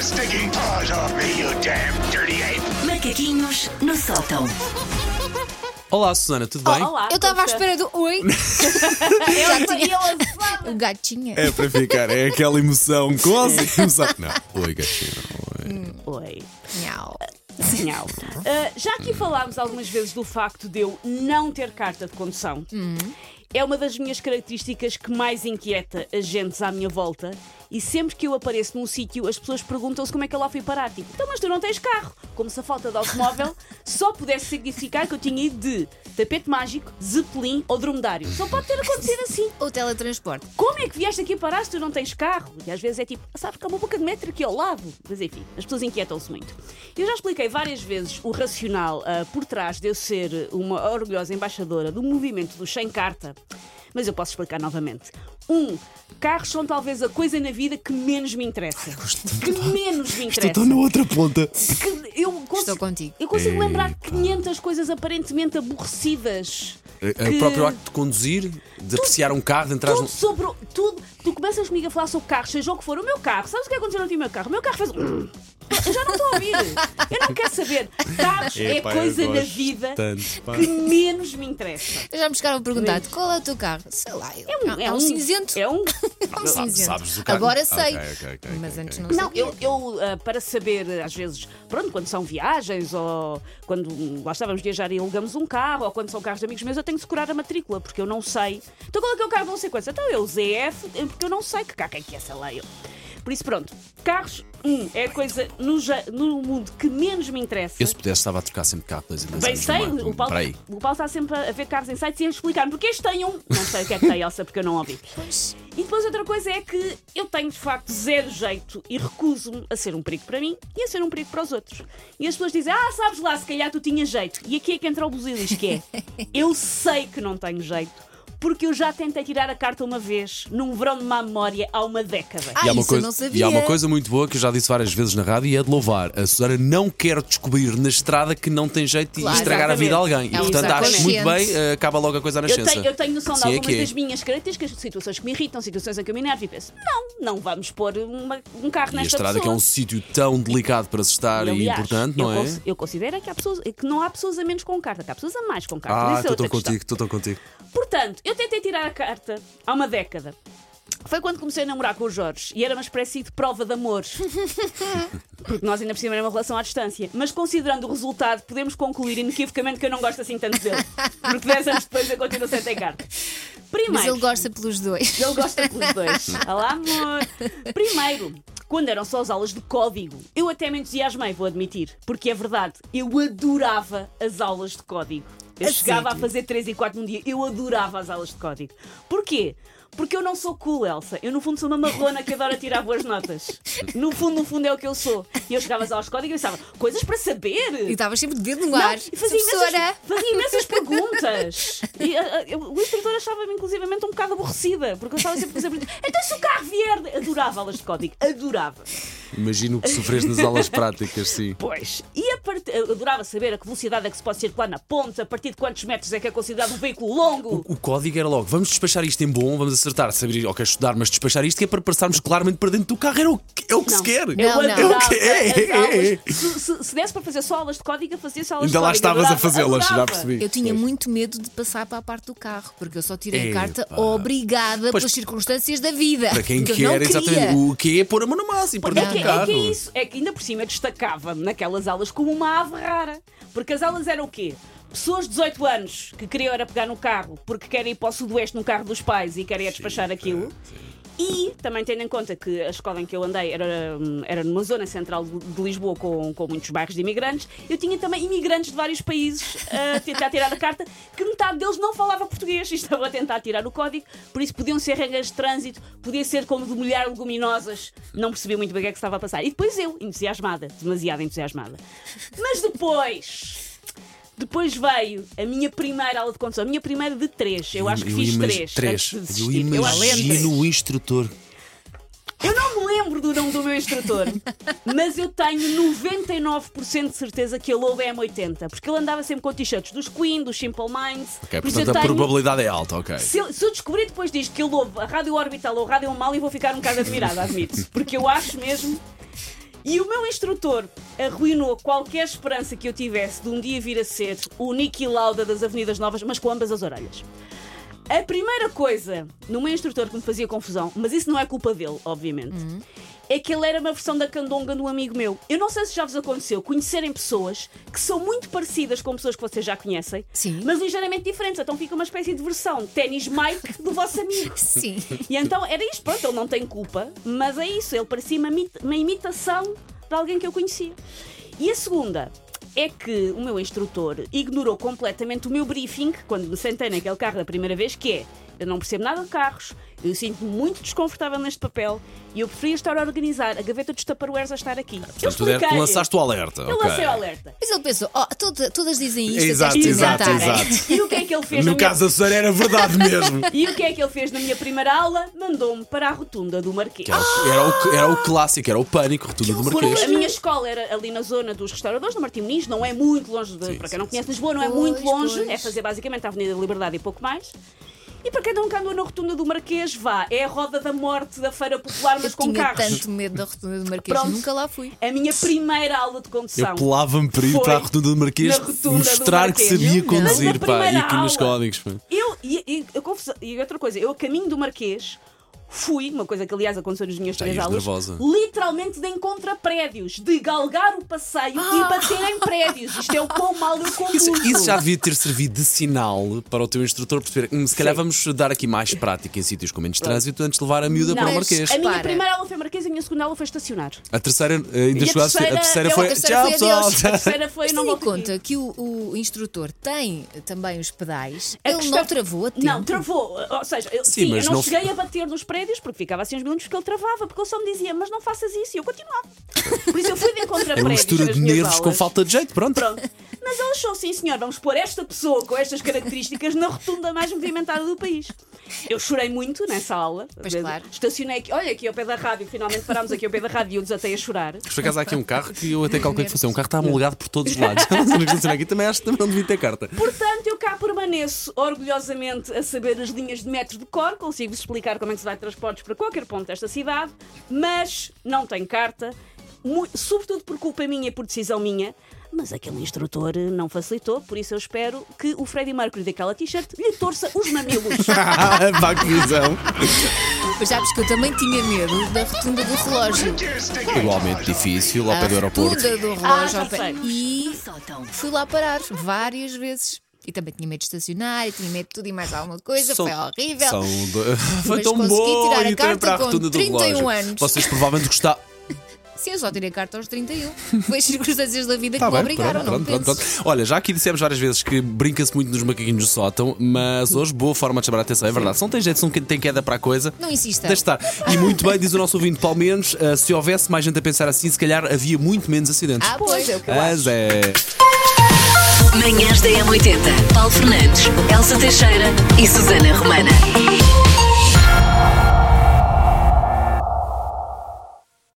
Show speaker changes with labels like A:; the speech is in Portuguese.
A: stinking paws off me, you damn dirty ape!
B: Macaquinhos no sótão.
C: Olá, Susana, tudo bem?
D: Olá,
E: Eu estava à espera do oi. Já tinha
D: espera.
E: o gatinha.
C: É para ficar, é aquela emoção, quase emoção. Não, oi, gatinho.
D: Oi.
E: Miau.
D: Sinal. Ah, já aqui falámos algumas vezes do facto de eu não ter carta de condução. É uma das minhas características que mais inquieta agentes à minha volta. E sempre que eu apareço num sítio, as pessoas perguntam-se como é que eu lá fui parar. Tipo, então, mas tu não tens carro. Como se a falta de automóvel só pudesse significar que eu tinha ido de tapete mágico, zeppelin ou dromedário. Só pode ter acontecido assim.
E: Ou teletransporte.
D: Como é que vieste aqui parar se tu não tens carro? E às vezes é tipo, sabes que há uma boca de metro aqui ao lado. Mas enfim, as pessoas inquietam-se muito. Eu já expliquei várias vezes o racional ah, por trás de eu ser uma orgulhosa embaixadora do movimento do Sem Carta, mas eu posso explicar novamente. Um, carros são talvez a coisa na vida que menos me interessa. que menos me interessa.
C: Estou na outra ponta.
D: Que eu consigo,
E: Estou contigo.
D: Eu consigo lembrar 500 coisas aparentemente aborrecidas.
C: É, O
D: que-
C: próprio acto de conduzir, de apreciar um carro, de entrar
D: tudo
C: num.
D: sobre. o- Tudo. Tu começas comigo a falar sobre carros, seja o que for. O meu carro, sabes o que aconteceu no meu carro? O meu carro fez. um- Eu já não estou a ouvir. Eu não quero saber. Carros é
C: Epá, eu
D: coisa na
C: gosto
D: vida
C: tanto, pá.
D: que menos me interessa.
E: Eu Já me chegaram a perguntar qual é o teu carro? Sei lá. eu-
D: É um, é um-
E: cinzento.
D: É um.
E: É um cinzento.
C: sabes do carro?
E: Agora sei.
C: Ok, ok, ok,
E: Mas
C: ok,
E: antes
C: ok.
E: não
D: Não,
E: sabia.
D: eu, eu ah, para saber, às vezes, pronto, quando são viagens ou quando hum, lá estávamos a viajar e alugamos um carro ou quando são carros de amigos meus, eu tenho que decorar a matrícula porque eu não sei. Então qual é que é o carro de não sei quantos? Então eu, ZF, porque eu não sei que carro é que é, sei lá eu. Por isso, pronto, carros, um, é a coisa no, ja- no mundo que menos me interessa.
C: Eu, se pudesse, estava a trocar sempre carro, pois ainda
D: Bem, sei, o Paulo,
C: Para aí.
D: o Paulo está sempre a ver carros em sites e a explicar-me porque este tem um. Não sei o que é que tem, Elsa, porque eu não ouvi. E depois outra coisa é que eu tenho de facto zero jeito e recuso-me a ser um perigo para mim e a ser um perigo para os outros. E as pessoas dizem, ah, sabes lá, se calhar tu tinha jeito. E aqui é que entra o buzilis, que é, eu sei que não tenho jeito. Porque eu já tentei tirar a carta uma vez, num verão de má memória, há uma década.
E: Ah,
C: e, há uma
E: isso eu
C: coisa,
E: não sabia.
C: e há uma coisa muito boa que eu já disse várias vezes na rádio e é de louvar. A Susana não quer descobrir na estrada que não tem jeito
E: Claro,
C: e estragar a vida a alguém.
D: exatamente.
C: e
D: É um
C: portanto acho muito
E: consciente.
C: bem, eh, acaba logo a coisa na
D: Eu
C: nascença.
D: tenho, eu tenho noção de
C: Assim é
D: algumas
C: que é.
D: das minhas características, situações que me irritam, situações a que eu me enervo e penso, não, não vamos pôr uma- um carro
C: E a
D: nesta
C: estrada
D: pessoa.
C: que é um sítio tão delicado para se estar e,
D: aliás,
C: importante,
D: eu
C: não é?
D: cons- Eu considero é que, há pessoas, que não há pessoas a menos com carta, que há pessoas a mais com carta.
C: Ah,
D: Isso é
C: estou
D: outra
C: tão
D: questão.
C: contigo, estou tão contigo.
D: Portanto, eu tentei tirar a carta há uma década. Foi quando comecei a namorar com o Jorge e era uma espécie de prova de amor. Porque nós ainda por cima era uma relação à distância. Mas considerando o resultado, podemos concluir inequivocamente que eu não gosto assim tanto dele. Porque 10 anos depois eu continuo sem ter carta. Primeiro.
E: Mas ele gosta pelos dois.
D: Ele gosta pelos dois. Olá, amor. Primeiro, quando eram só as aulas de código, eu até me entusiasmei, vou admitir. Porque é verdade, eu adorava as aulas de código. Eu
E: A
D: chegava
E: sério?
D: a fazer 3 e 4 num dia. Eu adorava as aulas de código. Porquê? Porque eu não sou cool, Elsa. Eu, no fundo, sou uma marrona que adora tirar boas notas. No fundo, no fundo, é o que eu sou. E eu chegava às aulas de código e pensava: coisas para saber.
E: E estava sempre de dedo no ar.
D: Não, e fazia,
E: Professora.
D: imensas, fazia imensas perguntas. E, ah, ah, eu- o instrutor achava-me, inclusivamente, um bocado aborrecida, porque eu estava sempre a dizer: então se o carro vier. Adorava aulas de código, adorava.
C: Imagino o que sofres nas aulas práticas, sim.
D: Pois. E a part... eu adorava saber a que velocidade é que se pode circular na ponte, a partir de quantos metros é que é considerado um veículo longo.
C: O código era logo: vamos despachar isto em bom, vamos acertar, saber, ok, estudar, mas despachar isto que é para passarmos claramente para dentro do carro, era o que, é o que se
D: Não.
C: quer.
D: Eu
E: Não, não.
D: adorava
C: Eu quê?
D: as aulas. Se, se- se desse para fazer só aulas de código, eu fazia só aulas
C: Ainda
D: de
C: lá
D: código.
C: estavas a
D: adorava,
C: fazê-las, já
D: adorava.
C: percebi.
E: Eu tinha muito medo de passar para a parte do carro, porque eu só tirei a carta
C: Epá.
E: obrigada
C: Pois-
E: pelas circunstâncias da vida.
C: Para quem
E: que eu não
C: quer,
E: queria.
C: exatamente. O que é pôr a mão no massa e perder
D: É que,
C: o
D: é
C: carro.
D: que é isso, é que ainda por cima eu destacava-me naquelas aulas como uma ave rara. Porque as aulas eram o quê? Pessoas de 18 anos que queriam era pegar no carro porque querem ir para o Sudoeste no carro dos pais e querem é despachar aquilo. E também tendo em conta que a escola em que eu andei era, hum, era numa zona central de de Lisboa com, com muitos bairros de imigrantes, eu tinha também imigrantes de vários países eh, a tentar tirar a carta, que metade deles não falava português e estavam a tentar tirar o código, por isso podiam ser regras de trânsito, podia ser como de molhar leguminosas, não percebi muito bem o que é que estava a passar. E depois eu, entusiasmada, demasiado entusiasmada. Mas depois. Depois veio a minha primeira aula de condução, a minha primeira de três. Eu acho que fiz
C: imag-
D: três. antes de
C: Eu
D: desistir. Eu acho que fiz três.
C: imagino o instrutor.
D: Eu não me lembro do nome do meu instrutor, mas eu tenho 99% de certeza que ele ouve a M80, porque ele andava sempre com t-shirts dos Queen, dos Simple Minds.
C: Ok,
D: por isso eu
C: portanto a
D: tenho-
C: probabilidade é alta, ok.
D: se, eu- se eu descobrir depois disto que ele ouve a Rádio Orbital ou a Rádio Mal, eu vou ficar um bocado admirada, admito. Porque eu acho mesmo. E o meu instrutor arruinou qualquer esperança que eu tivesse de um dia vir a ser o Niki Lauda das Avenidas Novas, mas com ambas as orelhas. A primeira coisa no meu instrutor que me fazia confusão, mas isso não é culpa dele, obviamente, é que ele era uma versão da candonga de um amigo meu. Eu não sei se já vos aconteceu conhecerem pessoas que são muito parecidas com pessoas que vocês já conhecem,
E: Sim.
D: mas ligeiramente diferentes. Então fica uma espécie de versão ténis Mike do vosso amigo.
E: Sim.
D: E então era isto, pronto, ele não tem culpa, mas é isso, ele parecia uma, mit- uma imitação de alguém que eu conhecia. E a segunda é que o meu instrutor ignorou completamente o meu briefing quando me sentei naquele carro da primeira vez, que é eu não percebo nada de carros, eu sinto-me muito desconfortável neste papel e eu preferia estar a organizar a gaveta dos Tupperwares a estar aqui. eu
C: Tu der- tu
D: expliquei-lhe.
C: lançaste o alerta.
D: Eu
C: ok.
D: lancei o alerta.
E: Mas ele pensou, oh, toda- todas dizem isto, até
C: Exato,
E: esta
C: exato,
E: tarde.
C: exato.
D: E o que é que ele fez na
C: No
D: minha-
C: caso da Sara era verdade mesmo.
D: E o que é que ele fez na minha primeira aula? Mandou-me para a rotunda do Marquês.
C: Que era, o- era o, era o clássico, era o pânico, retúmulo do
D: Porque
C: Marquês.
D: a minha escola era ali na zona dos restauradores do Martim Muniz, não é muito longe, de, para quem não
C: sim,
D: conhece Lisboa, não é
E: Pois,
D: muito longe,
E: pois.
D: é fazer basicamente a Avenida da Liberdade e pouco mais. E para quem nunca andou na rotunda do Marquês, vá, é a roda da morte da Feira Popular, mas
E: Eu
D: com
E: tinha
D: carros.
E: tanto medo da rotunda do Marquês,
D: Pronto.
E: nunca lá fui.
D: A minha primeira aula de condução.
C: Eu pelava-me para ir
D: Foi
C: para a rotunda do Marquês
D: na rotunda do
C: mostrar que
D: Marquês.
C: sabia
E: Eu não.
C: conduzir,
D: Mas
C: pá,
D: na
C: e
D: primeira
C: aqui nos
D: aula.
C: códigos. pá.
D: Eu, e, e- eu confesso, e outra coisa, eu a caminho do Marquês fui, uma coisa que aliás aconteceu nas minhas
C: Já
D: três
C: ias
D: aulas,
C: nervosa.
D: literalmente de encontrar prédios, de galgar o passeio
E: Ah!
D: e bater em prédios. Isto é o quão mal eu conduzo.
C: Isso, isso já devia ter servido de sinal para o teu instrutor perceber. "Hum, se calhar vamos dar aqui mais prática em sítios com menos trânsito antes de levar a miúda
D: Não,
C: para o
D: mas
C: Marquês.
D: A minha
E: Para.
D: primeira aula foi Marquês, a minha segunda aula foi estacionar.
C: A terceira eh, ainda
D: E a
C: chegou a ser-
D: terceira-
C: terceira
D: eu-
C: foi.
E: a terceira
C: Tchau,
E: foi
C: pessoal.
E: adeus."
D: A terceira foi
E: Mas
D: não
E: tendo em
D: vou
E: conta que o, o instrutor tem também os pedais,
D: A
E: ele
D: questão-
E: não travou a tempo.
D: É Não, travou. Ou seja, eu,
C: Sim,
D: sim,
C: mas
D: eu não,
C: não-
D: cheguei a bater nos prédios porque ficava assim uns minutos que ele travava, porque ele só me dizia, mas não faças isso, e eu continuava. Por isso eu fui de encontro a
C: É uma
D: prédios
C: mistura
D: nas
C: de
D: minhas
C: nervos com
D: aulas.
C: falta de jeito, pronto.
D: Pronto. Mas ele achou, sim senhor, vamos pôr esta pessoa com estas características na rotunda mais movimentada do país. Eu chorei muito nessa aula.
E: Pois claro.
D: Estacionei aqui, olha aqui ao pé da rádio, finalmente parámos aqui ao pé da rádio e eu desatei a chorar.
C: Por acaso há aqui um carro que eu até calculei que fosse. Um carro que está homologado por todos os lados. Não sei se aqui também acho que também não devia ter carta.
D: Portanto, eu cá permaneço orgulhosamente a saber as linhas de metro de cor, consigo-vos explicar como é que se vai de transportes para qualquer ponto desta cidade, mas não tenho carta, mu- sobretudo por culpa minha e por decisão minha. Mas aquele instrutor eh, não facilitou, por isso eu espero que o Freddie Mercury daquela t-shirt lhe torça os mamilos.
C: Pá, que visão.
E: Mas sabes que eu também tinha medo da rotunda do relógio. É,
C: Igualmente
E: então,
C: difícil, ao
E: A
C: pé do aeroporto.
E: rotunda do
D: Ah,
E: relógio.
D: já
E: ao pé-
D: sei.
B: No
E: E
B: sótão.
E: fui lá parar várias vezes. E também tinha medo de estacionar, e tinha medo de tudo e mais alguma coisa.
C: São-
E: Foi horrível.
C: são de- Foi
E: Mas
C: tão
E: consegui
C: bom
E: tirar a
C: e entrei
E: carta
C: para a
E: com
C: rotunda do
E: 31
C: relógio.
E: anos.
C: Vocês provavelmente gostaram.
E: Sim, eu só tirei carta aos 31. Foi as circunstâncias da vida
C: Tá
E: que me
C: bem,
E: obrigaram,
C: pronto,
E: não
C: pronto,
E: penso.
C: pronto, pronto. Olha, já aqui dissemos várias vezes que brinca-se muito nos macaquinhos do sótão, mas hoje boa forma de chamar a atenção, é verdade. Se não tem jeito, se não tem queda para a coisa.
E: Não insista.
C: Deixa estar. E muito bem, diz o nosso ouvinte Paulo Menos, ah, se houvesse mais gente a pensar assim, se calhar havia muito menos acidentes.
E: Ah, pois, é o que eu
C: Mas é.
B: Manhãs da M80. Paulo Fernandes, Elsa Teixeira e Susana Romana.